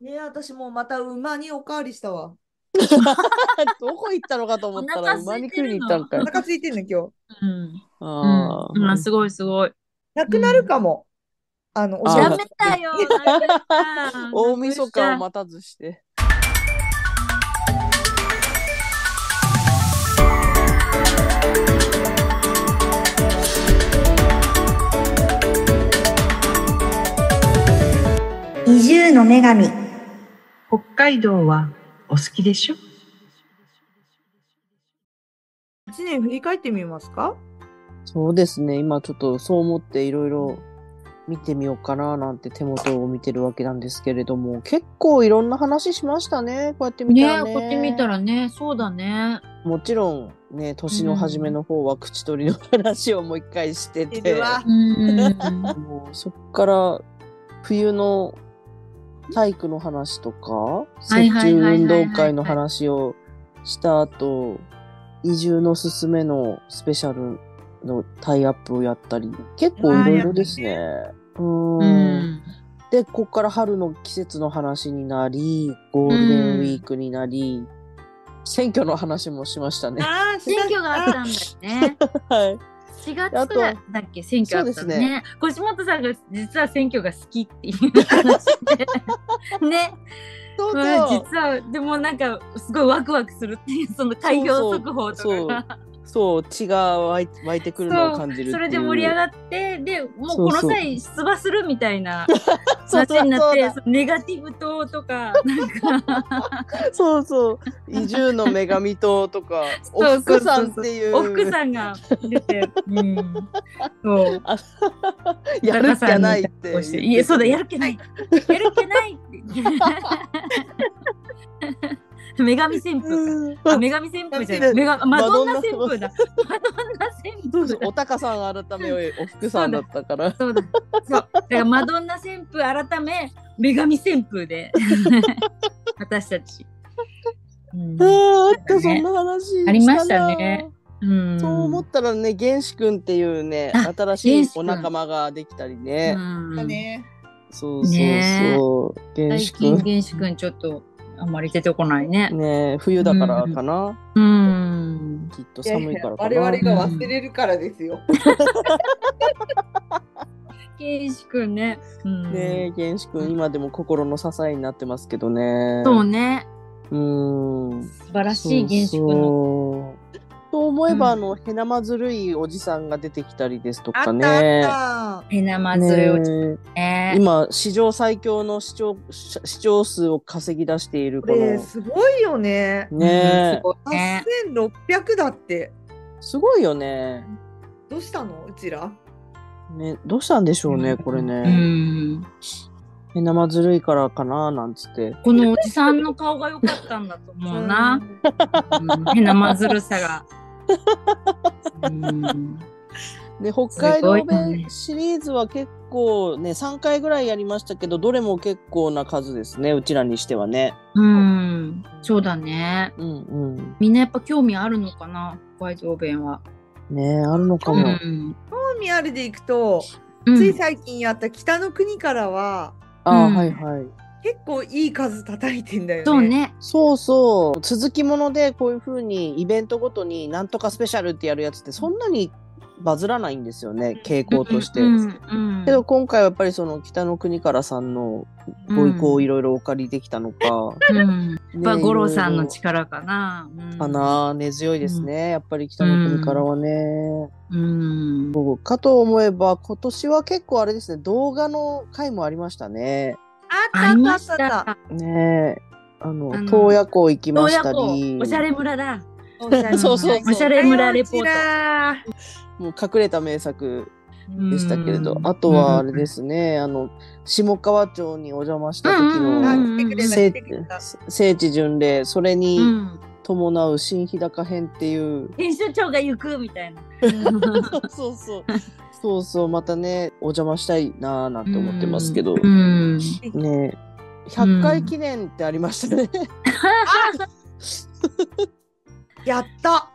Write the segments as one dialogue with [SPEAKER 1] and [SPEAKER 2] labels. [SPEAKER 1] ねえ、私もうまた馬におかわりしたわ。
[SPEAKER 2] どこ行ったのかと思った
[SPEAKER 3] お
[SPEAKER 2] ら
[SPEAKER 3] 腹
[SPEAKER 2] 馬
[SPEAKER 3] 空い
[SPEAKER 2] に
[SPEAKER 3] て
[SPEAKER 2] 食い
[SPEAKER 3] る
[SPEAKER 2] に
[SPEAKER 3] の
[SPEAKER 2] 行ったんか
[SPEAKER 1] お
[SPEAKER 2] い。
[SPEAKER 1] 腹空いてんね、今日。
[SPEAKER 3] うん。
[SPEAKER 2] あ
[SPEAKER 3] うん。ま
[SPEAKER 2] ー
[SPEAKER 3] あ、すごいすごい。
[SPEAKER 1] なくなるかも。あの、お
[SPEAKER 2] あ
[SPEAKER 1] 正
[SPEAKER 3] ダ
[SPEAKER 1] 月
[SPEAKER 3] メだよ。なくなった
[SPEAKER 2] 大晦日を待たずして。
[SPEAKER 4] 移住の女神
[SPEAKER 5] 北海道はお好きでしょ
[SPEAKER 1] 1年振り返ってみますか
[SPEAKER 2] そうですね。今ちょっとそう思っていろいろ見てみようかななんて手元を見てるわけなんですけれども、結構いろんな話しましたね。こうやって見た
[SPEAKER 3] ね
[SPEAKER 2] らね。
[SPEAKER 3] こっち見たらね、そうだね。
[SPEAKER 2] もちろんね、年の初めの方は口取りの話をもう一回して
[SPEAKER 1] い
[SPEAKER 2] て
[SPEAKER 1] る、わ。
[SPEAKER 3] うん。
[SPEAKER 2] もうそっから冬の体育の話とか、
[SPEAKER 3] い
[SPEAKER 2] 雪
[SPEAKER 3] はい
[SPEAKER 2] 中
[SPEAKER 3] はいはいはい
[SPEAKER 2] 運動会の話をした後、移住のすすめのスペシャルのタイアップをやったり、結構いろいろですね。 う。
[SPEAKER 3] うんん。
[SPEAKER 2] で、ここから春の季節の話になり、ゴールデンウィークになり、選挙の話もしましたね。
[SPEAKER 1] ああ、
[SPEAKER 3] 選挙があったんだよね。
[SPEAKER 2] はい。
[SPEAKER 3] 4月くらいだっけ選挙あったのね。腰元さんが実は選挙が好きっていう話 で。ね。
[SPEAKER 2] そう
[SPEAKER 3] うん実は、でもなんか、すごいワクワクするっていう、その開票速報
[SPEAKER 2] そ
[SPEAKER 3] と
[SPEAKER 2] う
[SPEAKER 3] かが。
[SPEAKER 2] そう、血が湧い湧いてくるのを感じるっていう。
[SPEAKER 3] それで盛り上
[SPEAKER 2] っ
[SPEAKER 3] がって、で、もう
[SPEAKER 2] そう
[SPEAKER 3] この
[SPEAKER 2] そう
[SPEAKER 3] 際出馬するみたいな
[SPEAKER 2] そう
[SPEAKER 3] 話になっ
[SPEAKER 2] そう
[SPEAKER 3] て、
[SPEAKER 2] だ
[SPEAKER 3] そのネガティブ党とか、なんか、
[SPEAKER 2] そうそう。移住の女神党とか、お
[SPEAKER 3] そう
[SPEAKER 2] ふ
[SPEAKER 3] そうそう
[SPEAKER 2] くさんっていう。
[SPEAKER 3] おふくさんが出て、うん。そう。
[SPEAKER 2] んやるっきゃないっ
[SPEAKER 3] 高
[SPEAKER 2] て
[SPEAKER 3] 橋さんみたいな顔していや、そうだ、やるっきゃない。やるっきゃないって。 女神旋風か。
[SPEAKER 2] うん
[SPEAKER 3] あ女神旋風じゃない。女神マドンナ旋風だ。マドンナ旋
[SPEAKER 2] そう
[SPEAKER 3] 風
[SPEAKER 2] そう
[SPEAKER 3] だ。
[SPEAKER 2] おたかさん改めおふくさんだったから。
[SPEAKER 3] そうだ。そう。だからマドンナ旋風改め、女神旋風で。私たち。うん
[SPEAKER 2] あーあった、そ
[SPEAKER 3] そうんだ
[SPEAKER 2] な話。
[SPEAKER 3] ありましたね。うん。
[SPEAKER 2] そう思ったらね、原始くんっていうね、
[SPEAKER 3] あ
[SPEAKER 2] 新しい
[SPEAKER 3] 原始くん
[SPEAKER 2] お仲間ができたりね。
[SPEAKER 3] うん
[SPEAKER 1] ね。
[SPEAKER 2] そうそう
[SPEAKER 3] ね
[SPEAKER 2] そう。原
[SPEAKER 3] 最
[SPEAKER 2] 始く
[SPEAKER 3] 近、
[SPEAKER 2] ん。
[SPEAKER 3] 原始くんちょっと、あんまり出てこないね。
[SPEAKER 2] ね冬だからかな。
[SPEAKER 3] うん。
[SPEAKER 2] きっと寒いからかな。
[SPEAKER 1] いやいや我々が忘れるからですよ。
[SPEAKER 3] ケイシくんね。うん
[SPEAKER 2] ねえ、原始くん、今でも心の支えになってますけどね。
[SPEAKER 3] そうね。
[SPEAKER 2] うーん。
[SPEAKER 3] 素晴らしい原始くんの。
[SPEAKER 2] の。と思えば、あ
[SPEAKER 3] うん
[SPEAKER 2] の、へなまずるいおじさんが出てきたりですと
[SPEAKER 1] あっ
[SPEAKER 2] かね。
[SPEAKER 1] たあっ
[SPEAKER 3] ヘナマズルよ
[SPEAKER 2] ねえ
[SPEAKER 3] ね。
[SPEAKER 2] 今、史上最強の視聴し視聴数を稼ぎ出している
[SPEAKER 1] た。
[SPEAKER 2] こ
[SPEAKER 1] これ、
[SPEAKER 2] の。
[SPEAKER 1] すごいよね。
[SPEAKER 3] うんす
[SPEAKER 2] ねえ、
[SPEAKER 3] ごいね。
[SPEAKER 1] 8600だって。
[SPEAKER 2] すごいよね。
[SPEAKER 1] どうしたのうちら
[SPEAKER 2] ね、どうしたんでしょうね、これ
[SPEAKER 3] う
[SPEAKER 2] ね。
[SPEAKER 3] ん。
[SPEAKER 2] へなまずるいからかな、なんつって。
[SPEAKER 3] このおじさんの顔が良かったんだと思うな。
[SPEAKER 1] ん
[SPEAKER 3] うんヘナマズルさが。うん
[SPEAKER 2] で北海道
[SPEAKER 3] すごいね
[SPEAKER 2] 弁シリーズは結構ね3回ぐらいやりましたけどどれも結構な数ですねうちらにしてはね
[SPEAKER 3] うん。そうだね。
[SPEAKER 2] うんうん
[SPEAKER 3] みんなやっぱ興味あるのかな北海道弁は。
[SPEAKER 2] ねえあるのか
[SPEAKER 3] う
[SPEAKER 2] も、
[SPEAKER 3] ん。
[SPEAKER 1] 興味あるでいくと、
[SPEAKER 3] うん
[SPEAKER 1] つい最近やった北の国からは、
[SPEAKER 2] ああ、
[SPEAKER 3] うん
[SPEAKER 2] はいはい
[SPEAKER 1] 結構いい数叩いてんだよね。
[SPEAKER 3] そう。ね。
[SPEAKER 2] そうそう続きものでこういうふうにイベントごとになんとかスペシャルってやるやつってそんなにバズらないんですよね傾向として、
[SPEAKER 3] うんうん
[SPEAKER 2] けど今回はやっぱりその北の国からさんのご意向をいろいろお借りできたの か、
[SPEAKER 3] うん
[SPEAKER 2] ね
[SPEAKER 3] まあ、五郎さ
[SPEAKER 2] いろ
[SPEAKER 3] ん
[SPEAKER 2] い
[SPEAKER 3] の
[SPEAKER 2] ろ
[SPEAKER 3] 力かな。うん
[SPEAKER 2] か。な根強いですね、やっぱり北の国からはね、
[SPEAKER 3] うん。
[SPEAKER 2] そうかと思えば今年は結構あれですね動画の回もありましたね。
[SPEAKER 1] あった
[SPEAKER 3] あり
[SPEAKER 1] あ
[SPEAKER 3] ま
[SPEAKER 1] っ
[SPEAKER 3] した
[SPEAKER 1] あったあった。
[SPEAKER 3] た。
[SPEAKER 2] ねえあの
[SPEAKER 3] あの
[SPEAKER 2] 洞爺湖行きま
[SPEAKER 3] 親
[SPEAKER 2] した
[SPEAKER 3] 子
[SPEAKER 2] り、
[SPEAKER 3] おしゃれ村だ。
[SPEAKER 1] おしゃれ
[SPEAKER 2] そうそうそう
[SPEAKER 3] おしゃれ村レポート
[SPEAKER 1] こちら
[SPEAKER 2] もう隠れた名作
[SPEAKER 3] うん
[SPEAKER 2] でしたけれど、あとはあれで。すね、あの下川町にお邪魔した時
[SPEAKER 3] うん
[SPEAKER 1] あ
[SPEAKER 2] の
[SPEAKER 3] うん
[SPEAKER 1] 来てくれた、
[SPEAKER 2] 聖
[SPEAKER 1] 来てくれた。
[SPEAKER 2] 聖地巡礼それ
[SPEAKER 3] う
[SPEAKER 2] に
[SPEAKER 3] ん。
[SPEAKER 2] 伴う新日高編っていう、
[SPEAKER 3] 編集長が行くみたいな。
[SPEAKER 2] そうそうそうそうまたねお邪魔したいなーなんて思ってますけど、
[SPEAKER 3] うん。
[SPEAKER 2] ねえ100回記念ってありましたね。
[SPEAKER 1] やった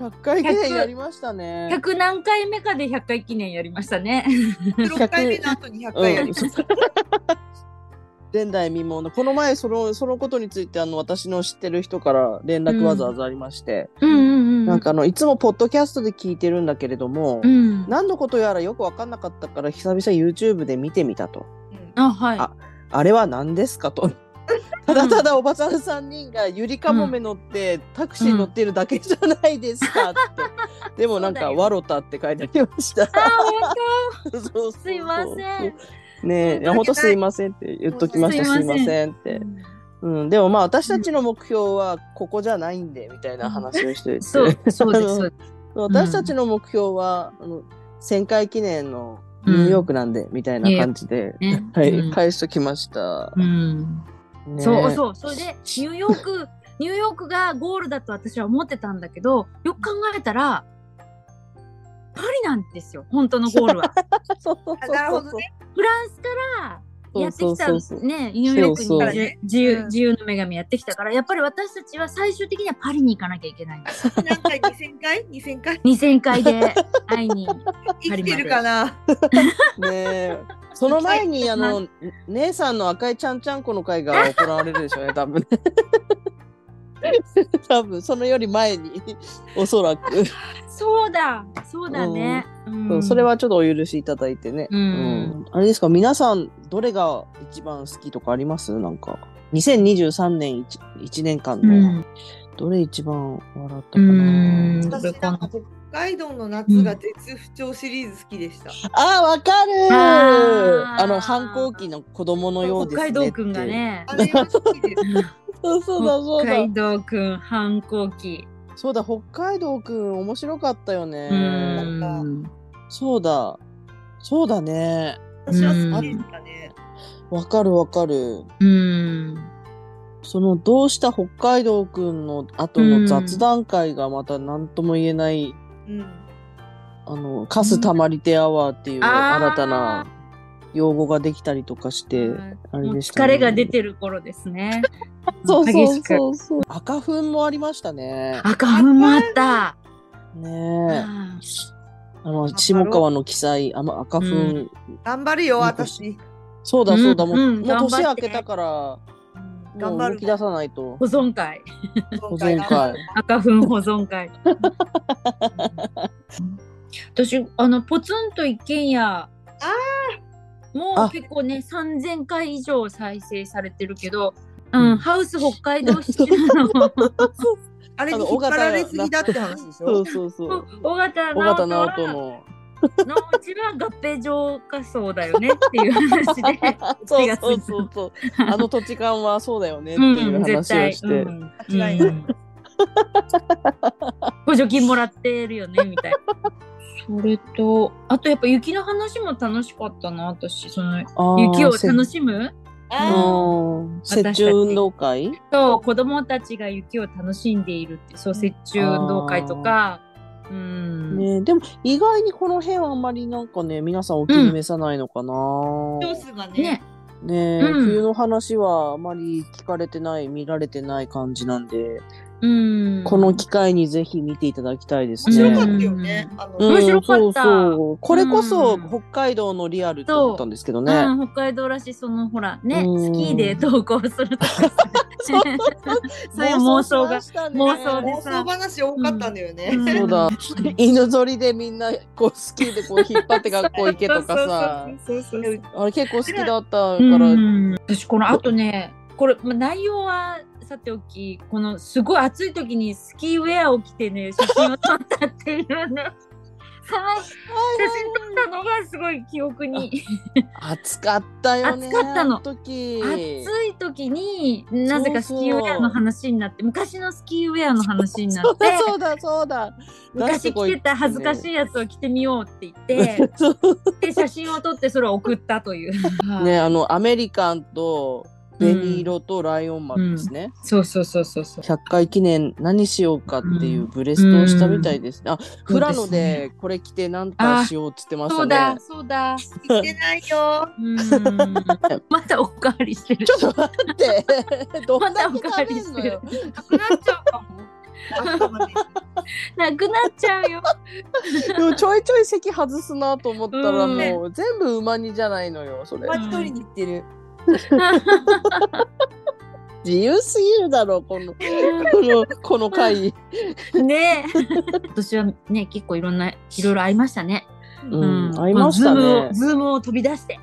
[SPEAKER 2] 100回記念やりましたね。
[SPEAKER 3] 百何回目かで百回記念やりましたね。
[SPEAKER 1] !6 回目の後に100
[SPEAKER 2] う
[SPEAKER 1] 回や
[SPEAKER 2] ん
[SPEAKER 1] りました。
[SPEAKER 2] 前代未聞のこの前そのそのことについてあの私の知ってる人から連絡わざわざありまして、
[SPEAKER 3] うんうん
[SPEAKER 2] なんかあのいつもポッドキャストで聞いてるんだけれども、
[SPEAKER 3] うん。
[SPEAKER 2] 何のことやらよく分かんなかったから久々 YouTube で見てみたと
[SPEAKER 3] あ、はい。
[SPEAKER 2] ああれは何ですかとただただおばさん3人がゆりかもめ乗って、タクシー乗ってるだけじゃないですかって、でもなん
[SPEAKER 3] そう
[SPEAKER 2] か「
[SPEAKER 3] だよ
[SPEAKER 2] わろた」って書いてありました
[SPEAKER 3] あ、本
[SPEAKER 2] そうそうそう
[SPEAKER 3] 当。すいません。
[SPEAKER 2] ねえ、いや本当すいませんって言っときました、す
[SPEAKER 3] す
[SPEAKER 2] い
[SPEAKER 3] い
[SPEAKER 2] ま
[SPEAKER 3] ません
[SPEAKER 2] せんって。うん、でもまあ私たちの目標はここじゃないんで、みたいな話をしていて、
[SPEAKER 3] そう、そうです。そうです
[SPEAKER 2] 私たちの目標は、あの、1000回記念のニューヨークなんで、みたいな感じで、
[SPEAKER 3] ね。
[SPEAKER 2] はい、
[SPEAKER 3] うん
[SPEAKER 2] 返しときました。
[SPEAKER 3] うん。
[SPEAKER 2] ね
[SPEAKER 3] そうそう。それで、ニューヨーク、ニューヨークがゴールだと私は思ってたんだけど、よく考えたら、パリなんですよ、本当のゴー ルは。
[SPEAKER 2] そうそうそうそう。
[SPEAKER 1] あなるほどね
[SPEAKER 3] フランスからやってきた
[SPEAKER 2] そうそうそう
[SPEAKER 3] ね、ニューヨーク
[SPEAKER 2] そうそう
[SPEAKER 3] に自由
[SPEAKER 1] うん
[SPEAKER 3] 自由の女神やってきたから、やっぱり私たちは最終的にはパリに行かなきゃいけないんです。
[SPEAKER 1] 何回2000回 ?2000 回
[SPEAKER 3] 2000回で会いに。
[SPEAKER 1] 生きてるかな
[SPEAKER 2] ねえ。その前に、あの、姉さんの赤いちゃんちゃんこの会が行われるでしょうね、多分ね。 多分そのより前に、おそらく。
[SPEAKER 3] そうだ、そうだね。
[SPEAKER 2] そううんそれはちょっとお許しいただいてね。
[SPEAKER 3] うん
[SPEAKER 2] うんあれですか、皆さん、どれが一番好きとかありますなんか。2023年 1, 年間
[SPEAKER 3] う
[SPEAKER 2] の
[SPEAKER 3] ん、
[SPEAKER 2] どれ一番笑ったか
[SPEAKER 3] う
[SPEAKER 2] な、
[SPEAKER 3] ん、
[SPEAKER 1] 私なんか北海道の夏が絶不調シリーズ好きでした。
[SPEAKER 2] あー、わかる
[SPEAKER 3] あ
[SPEAKER 2] あ
[SPEAKER 3] ー
[SPEAKER 2] の、反抗期の子供のようです
[SPEAKER 3] 北
[SPEAKER 2] ねって。
[SPEAKER 3] 海道くんが。ね。
[SPEAKER 1] あれは好きです。
[SPEAKER 2] そうそうだ、そう
[SPEAKER 3] 北
[SPEAKER 2] だ
[SPEAKER 3] 海。道くん反抗期。
[SPEAKER 2] そうだ、北海道くん面白かったよね。
[SPEAKER 3] う。
[SPEAKER 1] なん
[SPEAKER 2] そうだ。そうだね。
[SPEAKER 1] 私は好きでしたね。
[SPEAKER 2] わかるわかる。
[SPEAKER 3] うん。
[SPEAKER 2] そのどうした北海道くんの後の雑談会がまた何とも言えない、
[SPEAKER 1] うん。
[SPEAKER 2] あの、カスたまりテアワーっていう
[SPEAKER 3] あー
[SPEAKER 2] 新たな用語ができたりとかして、あれ
[SPEAKER 3] もう
[SPEAKER 2] でした、
[SPEAKER 3] 疲れが出てる頃ですね。
[SPEAKER 2] そう
[SPEAKER 3] 激
[SPEAKER 2] そ
[SPEAKER 3] し
[SPEAKER 2] う
[SPEAKER 3] く
[SPEAKER 2] そうそう。赤粉もありましたね。
[SPEAKER 3] 赤粉 もあった。
[SPEAKER 2] ねえ。
[SPEAKER 3] あ
[SPEAKER 2] あの、下川の記載、あま赤粉、
[SPEAKER 3] うん
[SPEAKER 1] 頑張るよ、私。
[SPEAKER 2] そうだそうだ、
[SPEAKER 3] うん
[SPEAKER 2] もう、
[SPEAKER 3] うん
[SPEAKER 2] もう
[SPEAKER 3] 頑張って
[SPEAKER 2] 年明けたから、も
[SPEAKER 1] 頑
[SPEAKER 2] う
[SPEAKER 1] 張
[SPEAKER 2] 動
[SPEAKER 1] る
[SPEAKER 2] き出さないと
[SPEAKER 3] 保。存会。
[SPEAKER 1] 今
[SPEAKER 2] 前回。
[SPEAKER 3] 赤粉保存会。 私あのポツンと一軒家も
[SPEAKER 2] あ
[SPEAKER 3] う結構ね3,000回以上再生されてるけど、うん、ハウス北海道支部の
[SPEAKER 1] あれに引っ張られすぎだって話でし
[SPEAKER 2] そ
[SPEAKER 1] ょ
[SPEAKER 2] う。そうそう。
[SPEAKER 3] 尾形
[SPEAKER 2] 尾形
[SPEAKER 3] 直
[SPEAKER 2] 直
[SPEAKER 3] 人
[SPEAKER 2] 人
[SPEAKER 3] の
[SPEAKER 2] の。
[SPEAKER 3] のうちは合併上下層だよねっていう話で
[SPEAKER 2] そう
[SPEAKER 3] 気がつ
[SPEAKER 2] そう
[SPEAKER 3] い
[SPEAKER 2] そう
[SPEAKER 3] た。
[SPEAKER 2] そう。あの土地勘はそうだよねっていう話をして。
[SPEAKER 3] うん絶
[SPEAKER 1] 間違
[SPEAKER 3] 対
[SPEAKER 1] い
[SPEAKER 3] う
[SPEAKER 1] ない
[SPEAKER 3] んうん補助金もらってるよねみたいな。それとあとやっぱ雪の話も楽しかったな私その
[SPEAKER 2] あー
[SPEAKER 3] 雪を楽
[SPEAKER 2] せ
[SPEAKER 3] しむ
[SPEAKER 1] あ
[SPEAKER 2] うん雪中運動会
[SPEAKER 3] と子供たちが雪を楽しんでいるってそう雪中運動会とかうん、
[SPEAKER 2] ねでも意外にこの辺はあんまりなんかね皆さんお気に召さないのかな、
[SPEAKER 1] ーソースがね
[SPEAKER 3] ね。
[SPEAKER 2] ね
[SPEAKER 3] うん
[SPEAKER 2] 冬の話はあまり聞かれてない見られてない感じなんで、
[SPEAKER 3] うん
[SPEAKER 2] この機会にぜひ見ていただきたいです
[SPEAKER 1] 面
[SPEAKER 2] ね。
[SPEAKER 1] 白かったよね。
[SPEAKER 3] うん
[SPEAKER 1] あの、
[SPEAKER 2] うん
[SPEAKER 3] 面白かった
[SPEAKER 2] そうそうこれこそ
[SPEAKER 3] うん
[SPEAKER 2] 北海道のリアルって思ったんですけどね。
[SPEAKER 3] うん、北海道らしいそのほらね
[SPEAKER 2] うん
[SPEAKER 3] スキーで登校す るとかさ
[SPEAKER 2] そう
[SPEAKER 3] そういう妄想が
[SPEAKER 2] しましたね
[SPEAKER 3] 妄想で
[SPEAKER 1] 妄想話多かったんだよね。
[SPEAKER 2] そうだ。犬ぞりでみんなこうスキーでこう引っ張って学校行けとかさ。
[SPEAKER 3] そうそうそうそう
[SPEAKER 2] あれ結構好きだったから、
[SPEAKER 3] うん、私このあとねこれ、まあ、内容はさておきこのすごい暑い時にスキーウェアを着てね写真を撮ったっていうねその写真撮ったのがすごい記憶に
[SPEAKER 2] 暑かったよね。
[SPEAKER 3] 暑かったの
[SPEAKER 2] あ時
[SPEAKER 3] 暑い時になぜかスキーウェアの話になって昔のスキーウェアの話にな
[SPEAKER 2] そ
[SPEAKER 3] っ
[SPEAKER 2] う
[SPEAKER 3] て
[SPEAKER 2] だ そうだそうだ。
[SPEAKER 3] 昔着てた恥ずかしいやつを着てみようって言って
[SPEAKER 2] そう
[SPEAKER 3] で写真を撮ってそれを送ったという
[SPEAKER 2] ねあのアメリカンと紅色とライオンマンですね。
[SPEAKER 3] そうそうそうそうそう
[SPEAKER 2] 100回記念何しようかっていうブレストをしたみたいですね。あ、富良野でこれ着て何かしようって言ってまし
[SPEAKER 3] そう
[SPEAKER 2] た
[SPEAKER 3] だ
[SPEAKER 2] ね。
[SPEAKER 3] そうだ
[SPEAKER 1] 行ってないよ。
[SPEAKER 3] うーんまたおかわりしてる。
[SPEAKER 2] ちょっと 待って、ど
[SPEAKER 3] ま
[SPEAKER 2] ん
[SPEAKER 3] た
[SPEAKER 2] だ
[SPEAKER 3] お
[SPEAKER 2] け
[SPEAKER 3] かわ
[SPEAKER 2] 食
[SPEAKER 3] り
[SPEAKER 2] べん
[SPEAKER 3] し
[SPEAKER 2] の
[SPEAKER 3] てる
[SPEAKER 2] よ。。
[SPEAKER 1] なくなっちゃうかも。あくまで
[SPEAKER 3] なくなっちゃうよ。
[SPEAKER 2] でもちょいちょい席外すなと思ったら
[SPEAKER 3] うん
[SPEAKER 2] もう全部馬にじゃないのよそれ。
[SPEAKER 1] まあ一人に行ってる。
[SPEAKER 2] 自由すぎるだろう、こ の、この、この回。
[SPEAKER 3] ねえ。今年はね、結構いろんな、いろいろありましたね。
[SPEAKER 2] うん、ありました
[SPEAKER 3] あズーム
[SPEAKER 2] ね
[SPEAKER 3] を、。ズームを飛び出して。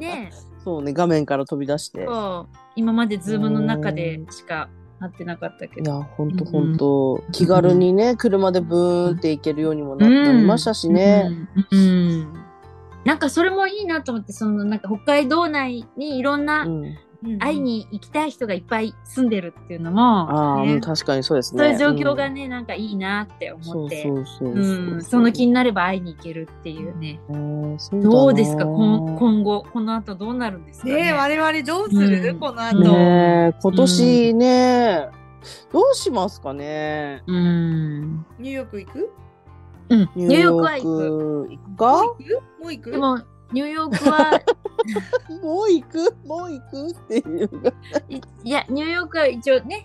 [SPEAKER 3] ね
[SPEAKER 2] そうね、画面から飛び出して。
[SPEAKER 3] え。
[SPEAKER 2] い
[SPEAKER 3] そう。今までズームの中でしか会ってなかったけど。
[SPEAKER 2] や、ほんとほんと、気軽にね、車でブーンって行けるようにもななりましたしね。
[SPEAKER 3] うん。うんなんかそれもいいなと思って、そのなんか北海道内にいろんな
[SPEAKER 2] うん。
[SPEAKER 3] 会いに行きたい人がいっぱい住んでるっていうのも、
[SPEAKER 2] ああ、
[SPEAKER 3] ね
[SPEAKER 2] うん確かにそうです
[SPEAKER 3] そ
[SPEAKER 2] ね。
[SPEAKER 3] ういう状況が
[SPEAKER 2] ね、
[SPEAKER 3] ね、なんかいいなって
[SPEAKER 2] そ
[SPEAKER 3] 思っ
[SPEAKER 2] う
[SPEAKER 3] て。
[SPEAKER 2] そうそうう。
[SPEAKER 3] うん、その気になれば会いに行けるっていうね。
[SPEAKER 2] えーそだな
[SPEAKER 3] どうですか、今今後、この後どうなるんですかね。
[SPEAKER 1] ねえ、我々どうする、
[SPEAKER 3] うん
[SPEAKER 1] この
[SPEAKER 3] 今
[SPEAKER 1] 後。
[SPEAKER 3] 度
[SPEAKER 2] ねえ今年ね、どうしますかね。
[SPEAKER 3] うん。
[SPEAKER 1] ニューヨーク行く
[SPEAKER 3] うん、ニューヨークは行く。
[SPEAKER 2] く。行く
[SPEAKER 1] も
[SPEAKER 2] か
[SPEAKER 1] う行くもう行く
[SPEAKER 3] でも、ニューヨークは、
[SPEAKER 2] もう行く もう行くっていう。
[SPEAKER 3] いいや、ニューヨークは一応ね、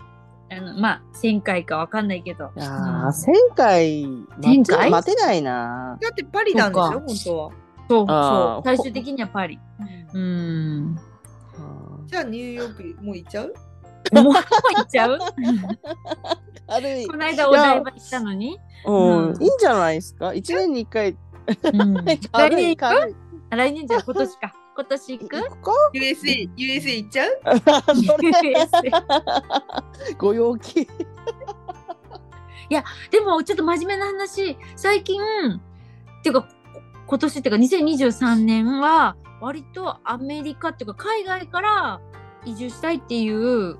[SPEAKER 3] あの、まあ、1000回かわかんないけど。
[SPEAKER 2] あ
[SPEAKER 3] うん
[SPEAKER 2] あ、前回、
[SPEAKER 3] 前回
[SPEAKER 2] 待てないな。
[SPEAKER 1] だってパリなんでし
[SPEAKER 3] そ
[SPEAKER 1] ょ、
[SPEAKER 3] う
[SPEAKER 1] 本当は。
[SPEAKER 3] そう、
[SPEAKER 2] あー
[SPEAKER 3] そう、最終的にはパリ。 うん。
[SPEAKER 1] じゃあニューヨークもう行っちゃう
[SPEAKER 3] もう行っち ゃう
[SPEAKER 2] 悪い。
[SPEAKER 3] この間お台場行ったのに。
[SPEAKER 2] うん
[SPEAKER 3] う、ん
[SPEAKER 2] いいんじゃないですか一年に一回、
[SPEAKER 3] うん、 来
[SPEAKER 2] 軽
[SPEAKER 3] 年
[SPEAKER 2] い
[SPEAKER 3] 行く
[SPEAKER 2] 軽い。
[SPEAKER 3] 来年じゃ今年か。 今年行く
[SPEAKER 2] 行くか
[SPEAKER 1] ?USA、USA 行っちゃう
[SPEAKER 2] そ れご陽気。
[SPEAKER 3] でもちょっと真面目な話最近っていうかこ今年っていうか2023年は割とアメリカっていうか海外から移住したいっていう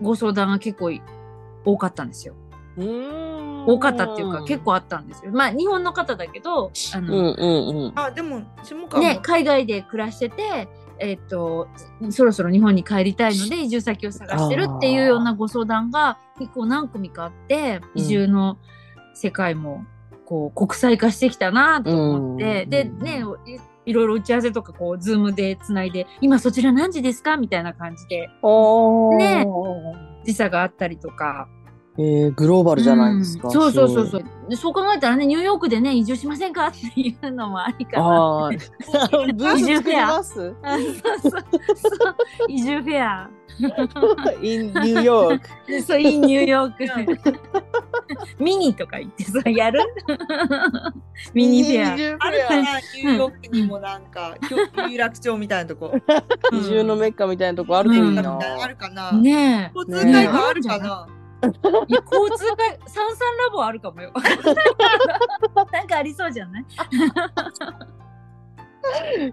[SPEAKER 3] ご相談が結構い多かったんですよ多
[SPEAKER 2] 多
[SPEAKER 3] かったっていうか結構あったんですよまあ日本の方だけどあ
[SPEAKER 2] うん
[SPEAKER 3] の、
[SPEAKER 2] うん
[SPEAKER 1] あ、でも、下川も
[SPEAKER 3] ね、海外で暮らしててえっとそろそろ日本に帰りたいので移住先を探してるっていうようなご相談が結構何組かあって
[SPEAKER 2] うん
[SPEAKER 3] 移住の世界もこう国際化してきたなと思って、
[SPEAKER 2] うん
[SPEAKER 3] で
[SPEAKER 2] うん
[SPEAKER 3] ねいいろいろ打ち合わせとかこうズームでつないで「今そちら何時ですか?」みたいな感じで
[SPEAKER 2] うん。おー
[SPEAKER 3] ね時差があったりとか
[SPEAKER 2] えー、グローバルじゃないですか。。
[SPEAKER 3] うんそうそうそうそううでそう考えたらねニューヨークでね移住しませんかっていうのもありかな
[SPEAKER 2] ああ、ブース作り ます。
[SPEAKER 3] あ そうそうそう移住フェア
[SPEAKER 2] in ニューヨーク。
[SPEAKER 3] そういいニューヨーク ミニとか言ってさ やる ミニフェア
[SPEAKER 2] ェ
[SPEAKER 1] あるかな、ニューヨークにもなんか、きょ有楽町みたいなとこ。
[SPEAKER 3] うん
[SPEAKER 2] 移住のメッカみたいなとこあるといいな。
[SPEAKER 1] あるかな。
[SPEAKER 3] ね
[SPEAKER 1] 交通会があるかな。
[SPEAKER 3] えいや交通会サンサンラボあるか もよなんかありそうじゃない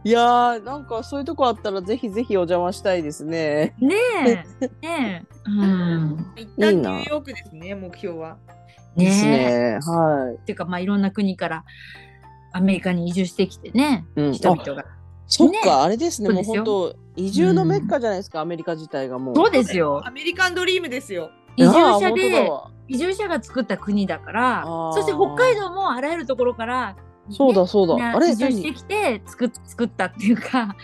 [SPEAKER 2] いやー、なんかそういうとこあったらぜひぜひお邪魔したいですね。
[SPEAKER 3] ねえねえうん
[SPEAKER 1] 一
[SPEAKER 2] いい
[SPEAKER 1] 旦ニ
[SPEAKER 2] な
[SPEAKER 1] ューヨークですね、目標は。
[SPEAKER 2] です
[SPEAKER 3] ねえ
[SPEAKER 2] ね。は
[SPEAKER 3] っていうかまあいろんな国からアメリカに移住してきてね
[SPEAKER 2] い。うん、
[SPEAKER 3] 人
[SPEAKER 2] あ
[SPEAKER 3] 々が
[SPEAKER 2] そっか、あれですね。
[SPEAKER 3] そう
[SPEAKER 2] も
[SPEAKER 3] で
[SPEAKER 2] う
[SPEAKER 3] すよ
[SPEAKER 2] 本当移住のメッカじゃないですか、アメリカ自体がもう。
[SPEAKER 3] そうですよ
[SPEAKER 1] アメリカンドリームですよ。
[SPEAKER 3] 移
[SPEAKER 2] いや
[SPEAKER 3] 住
[SPEAKER 2] ー
[SPEAKER 3] 者
[SPEAKER 2] 本当
[SPEAKER 3] で
[SPEAKER 2] だわ
[SPEAKER 3] 移住者が作った国だから
[SPEAKER 2] あー
[SPEAKER 3] そして北海道もあらゆるところから、ね
[SPEAKER 2] そうだそうだ。
[SPEAKER 3] みんな
[SPEAKER 2] あれ
[SPEAKER 3] 移住して
[SPEAKER 2] 何
[SPEAKER 3] きて作っ作ったっていう か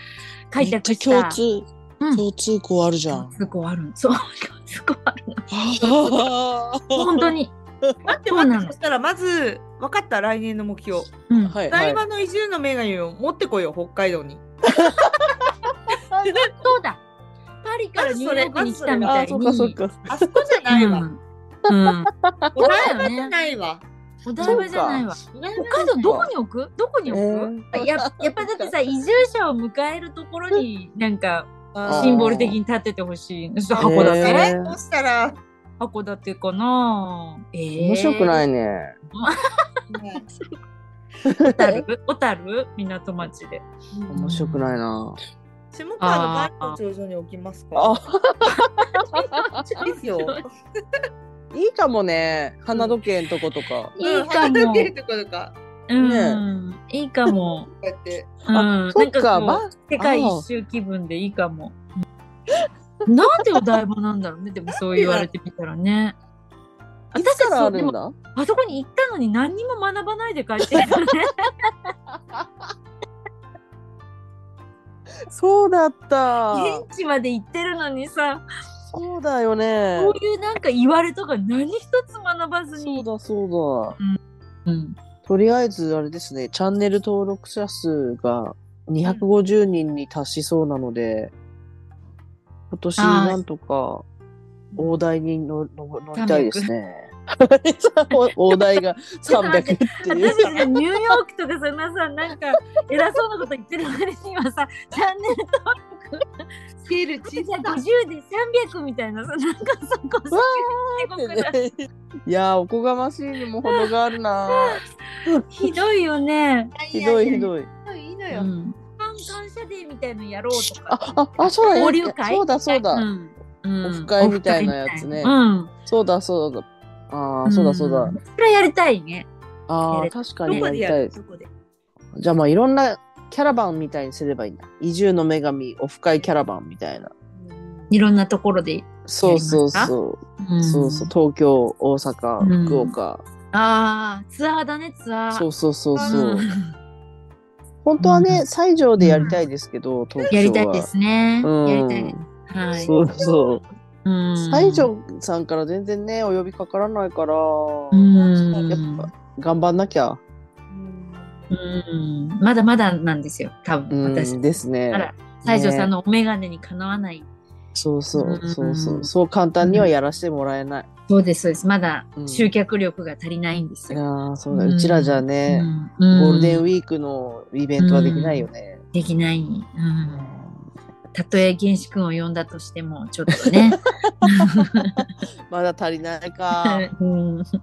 [SPEAKER 3] 開拓し
[SPEAKER 2] めったちゃ
[SPEAKER 3] う
[SPEAKER 2] 共
[SPEAKER 3] ん
[SPEAKER 2] 通共通項あるじゃん。
[SPEAKER 3] すごいあるそう すごいある
[SPEAKER 2] は
[SPEAKER 3] 本当に
[SPEAKER 1] 待って
[SPEAKER 3] そう
[SPEAKER 1] 待
[SPEAKER 3] な
[SPEAKER 1] っ
[SPEAKER 3] の
[SPEAKER 1] て、そしたらまず、分かった、来年の目標。
[SPEAKER 3] うん
[SPEAKER 2] いは
[SPEAKER 1] 台
[SPEAKER 2] い。
[SPEAKER 1] 湾の移住のメガネを持ってこいよ、北海道に。
[SPEAKER 3] そうだパリからニューヨークに来たみ
[SPEAKER 2] あ
[SPEAKER 3] た
[SPEAKER 2] ー、
[SPEAKER 3] い
[SPEAKER 2] そっ
[SPEAKER 3] に
[SPEAKER 2] かそっか。
[SPEAKER 1] あそこじゃないわ。
[SPEAKER 3] うん、 うん、
[SPEAKER 1] お
[SPEAKER 3] そ
[SPEAKER 1] 台
[SPEAKER 3] う
[SPEAKER 1] 場
[SPEAKER 3] だ
[SPEAKER 1] じ
[SPEAKER 3] よね
[SPEAKER 1] ゃないわ。
[SPEAKER 3] お台場じゃないわ北海道どこに置くどこに置く、
[SPEAKER 2] えー
[SPEAKER 3] ややっぱだって さ移住者を迎えるところになんか
[SPEAKER 2] あー
[SPEAKER 3] シンボル的に立っててほしいそして
[SPEAKER 1] そ
[SPEAKER 3] 函
[SPEAKER 1] う
[SPEAKER 3] 館、
[SPEAKER 2] えー
[SPEAKER 1] したら、
[SPEAKER 3] 函館かなえー
[SPEAKER 2] 面白くないいね。
[SPEAKER 3] 小樽小樽港 町で
[SPEAKER 2] 面白くないな。
[SPEAKER 1] 下川のバイクの頂上に置きますか。
[SPEAKER 2] あ
[SPEAKER 1] ですよ。
[SPEAKER 2] いいかもね。花時計のとことか。
[SPEAKER 3] いいか
[SPEAKER 1] うん旗 立
[SPEAKER 3] も
[SPEAKER 1] てるとことか、
[SPEAKER 3] うん、いいかも
[SPEAKER 1] こうやって。
[SPEAKER 3] うんな
[SPEAKER 2] あ
[SPEAKER 3] ん
[SPEAKER 2] そっ
[SPEAKER 3] か
[SPEAKER 2] か、
[SPEAKER 3] こう
[SPEAKER 2] ば、
[SPEAKER 3] 世界一周気分でいいかもなんでお台場なんだろうねでもそう言われてみたらね
[SPEAKER 2] いつからあるん
[SPEAKER 3] でも
[SPEAKER 2] だ。
[SPEAKER 3] あそこに行ったのに何にも学ばないで帰ってきた ね
[SPEAKER 2] そうだった。
[SPEAKER 3] 現地まで行ってるのにさ
[SPEAKER 2] そうだよね
[SPEAKER 3] こ。ういうなんか言われとか何一つ学ばず
[SPEAKER 2] そう
[SPEAKER 3] に
[SPEAKER 2] だそうだ。
[SPEAKER 3] うん
[SPEAKER 2] とりあえずあれですね、チャンネル登録者数が250人に達しそうなので、今年
[SPEAKER 3] あー
[SPEAKER 2] なんとか大台にのの乗りたいですね。 大台が300っていう
[SPEAKER 3] 私。たちがニューヨークとかそんなさなんか偉そうなこと言ってる割にはさチャンネル登録
[SPEAKER 1] スケール小
[SPEAKER 3] じゃ
[SPEAKER 1] さ
[SPEAKER 3] あ50で300みたいな さなんかそこ
[SPEAKER 2] わ
[SPEAKER 3] そこか ら
[SPEAKER 2] いやーおこがましいにも程があるな
[SPEAKER 3] ひどいよね。
[SPEAKER 2] ひどいひ
[SPEAKER 1] い
[SPEAKER 2] どい。
[SPEAKER 1] や。いいの
[SPEAKER 3] う
[SPEAKER 1] よ。
[SPEAKER 3] ん、感謝デーみたいのやろうとか。
[SPEAKER 2] あ、あ、あ、そうだ
[SPEAKER 3] 交流会
[SPEAKER 2] そうだそうだ。
[SPEAKER 3] うんうん
[SPEAKER 2] オフ会みたいなやつね
[SPEAKER 3] オフ会みたいなうん
[SPEAKER 2] そうだそうだ。ああ、そうだそうだ。
[SPEAKER 3] んそれはやりたいね。
[SPEAKER 2] あ
[SPEAKER 3] や
[SPEAKER 2] あ、
[SPEAKER 3] れ
[SPEAKER 2] 確か
[SPEAKER 1] ど
[SPEAKER 2] に
[SPEAKER 1] こ
[SPEAKER 2] や
[SPEAKER 1] で
[SPEAKER 2] り
[SPEAKER 1] や
[SPEAKER 2] たい
[SPEAKER 1] る
[SPEAKER 2] です
[SPEAKER 1] ど。こで。
[SPEAKER 2] じゃあまあいろんなキャラバンみたいにすればいいんだ。移住の女神、オフ会キャラバンみたいな。
[SPEAKER 3] いろんなところで。
[SPEAKER 2] そうそうそう。
[SPEAKER 3] うん
[SPEAKER 2] そうそう。東京、大
[SPEAKER 3] う
[SPEAKER 2] 阪、
[SPEAKER 3] ん
[SPEAKER 2] 福岡。
[SPEAKER 3] ああ、ツアーだね、ツアー。
[SPEAKER 2] そうそうそうそうう。
[SPEAKER 3] ん
[SPEAKER 2] 本当はね、西条でやりたいですけど、東京は。
[SPEAKER 3] やりたいで。すね。
[SPEAKER 2] うん。
[SPEAKER 3] やりたいです。はい。
[SPEAKER 2] そうそう。
[SPEAKER 3] うん
[SPEAKER 2] 西条さんから全然ね、お呼びかからないから、
[SPEAKER 3] うん。
[SPEAKER 2] やっぱ頑張んなきゃ。
[SPEAKER 3] うん。まだまだなんですよ、多
[SPEAKER 2] う
[SPEAKER 3] 分私。
[SPEAKER 2] ん、ですね。
[SPEAKER 3] あら、西条さん
[SPEAKER 2] ね
[SPEAKER 3] のお眼鏡にかなわない。
[SPEAKER 2] そうそう、
[SPEAKER 3] うん
[SPEAKER 2] そうそう、そう簡単にはやらせてもらえない。
[SPEAKER 3] そうです、そうです。まだ
[SPEAKER 2] うん
[SPEAKER 3] 集客力が足りないんですよ。
[SPEAKER 2] ああ、そうだ、
[SPEAKER 3] う
[SPEAKER 2] うんちらじゃね、ゴ
[SPEAKER 3] ゴ
[SPEAKER 2] ールデンウ
[SPEAKER 3] ーク
[SPEAKER 2] ィークのイベントはできないよね。
[SPEAKER 3] できない、うん、たとえ原始君を呼んだとしてもちょっと ね、
[SPEAKER 2] まだ足りない か。
[SPEAKER 3] うん、
[SPEAKER 2] です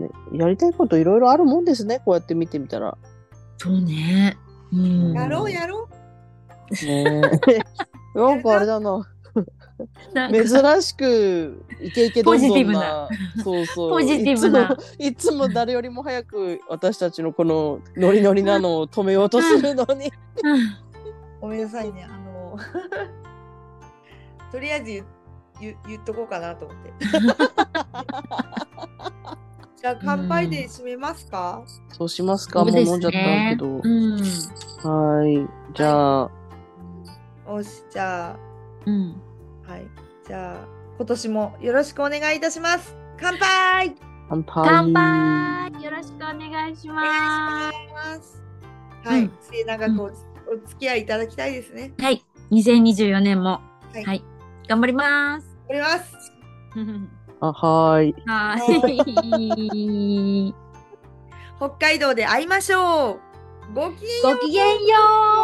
[SPEAKER 2] ねやりたいこといろいろあるもんですね、こうやって見てみたら。
[SPEAKER 3] そうね、うん、
[SPEAKER 1] やろうやろう。
[SPEAKER 2] ねえ なんかあれだな、
[SPEAKER 3] なんか
[SPEAKER 2] 珍しくイケイケどんど
[SPEAKER 3] ポジティ
[SPEAKER 2] ん
[SPEAKER 3] ブ
[SPEAKER 2] な
[SPEAKER 3] な、
[SPEAKER 2] そうそう、
[SPEAKER 3] ポジティブない
[SPEAKER 2] つも、いつ も誰よりも早く私たちのこのノリノリなのを止めようとするのに。
[SPEAKER 3] うん
[SPEAKER 1] ごめんなさいね。あの とりあえず言言言っとこうかなと思 って。じゃあ乾杯で締めますか。
[SPEAKER 2] そうします
[SPEAKER 3] そ
[SPEAKER 2] か、
[SPEAKER 3] う
[SPEAKER 2] もう
[SPEAKER 3] です
[SPEAKER 2] 飲んじゃったけ
[SPEAKER 3] ね
[SPEAKER 2] ど。
[SPEAKER 3] うん
[SPEAKER 2] はい、じゃあ、
[SPEAKER 1] よしじゃあ。
[SPEAKER 3] うん、
[SPEAKER 1] はい。じゃあ、今年もよろしくお願いいたします。乾杯
[SPEAKER 2] 乾杯。
[SPEAKER 3] 乾杯よろしくお願いしま
[SPEAKER 1] お願いします。はい。
[SPEAKER 3] うん
[SPEAKER 1] 末永くお,、お付き合いいただきたいですね。
[SPEAKER 3] すはい2024年も
[SPEAKER 1] は
[SPEAKER 3] はいい、頑張ります
[SPEAKER 1] おります。
[SPEAKER 2] あ、はーい。
[SPEAKER 3] はーい
[SPEAKER 1] 北海道で会いましょう。ごきげんよう
[SPEAKER 3] ごきげんよう
[SPEAKER 1] Oh.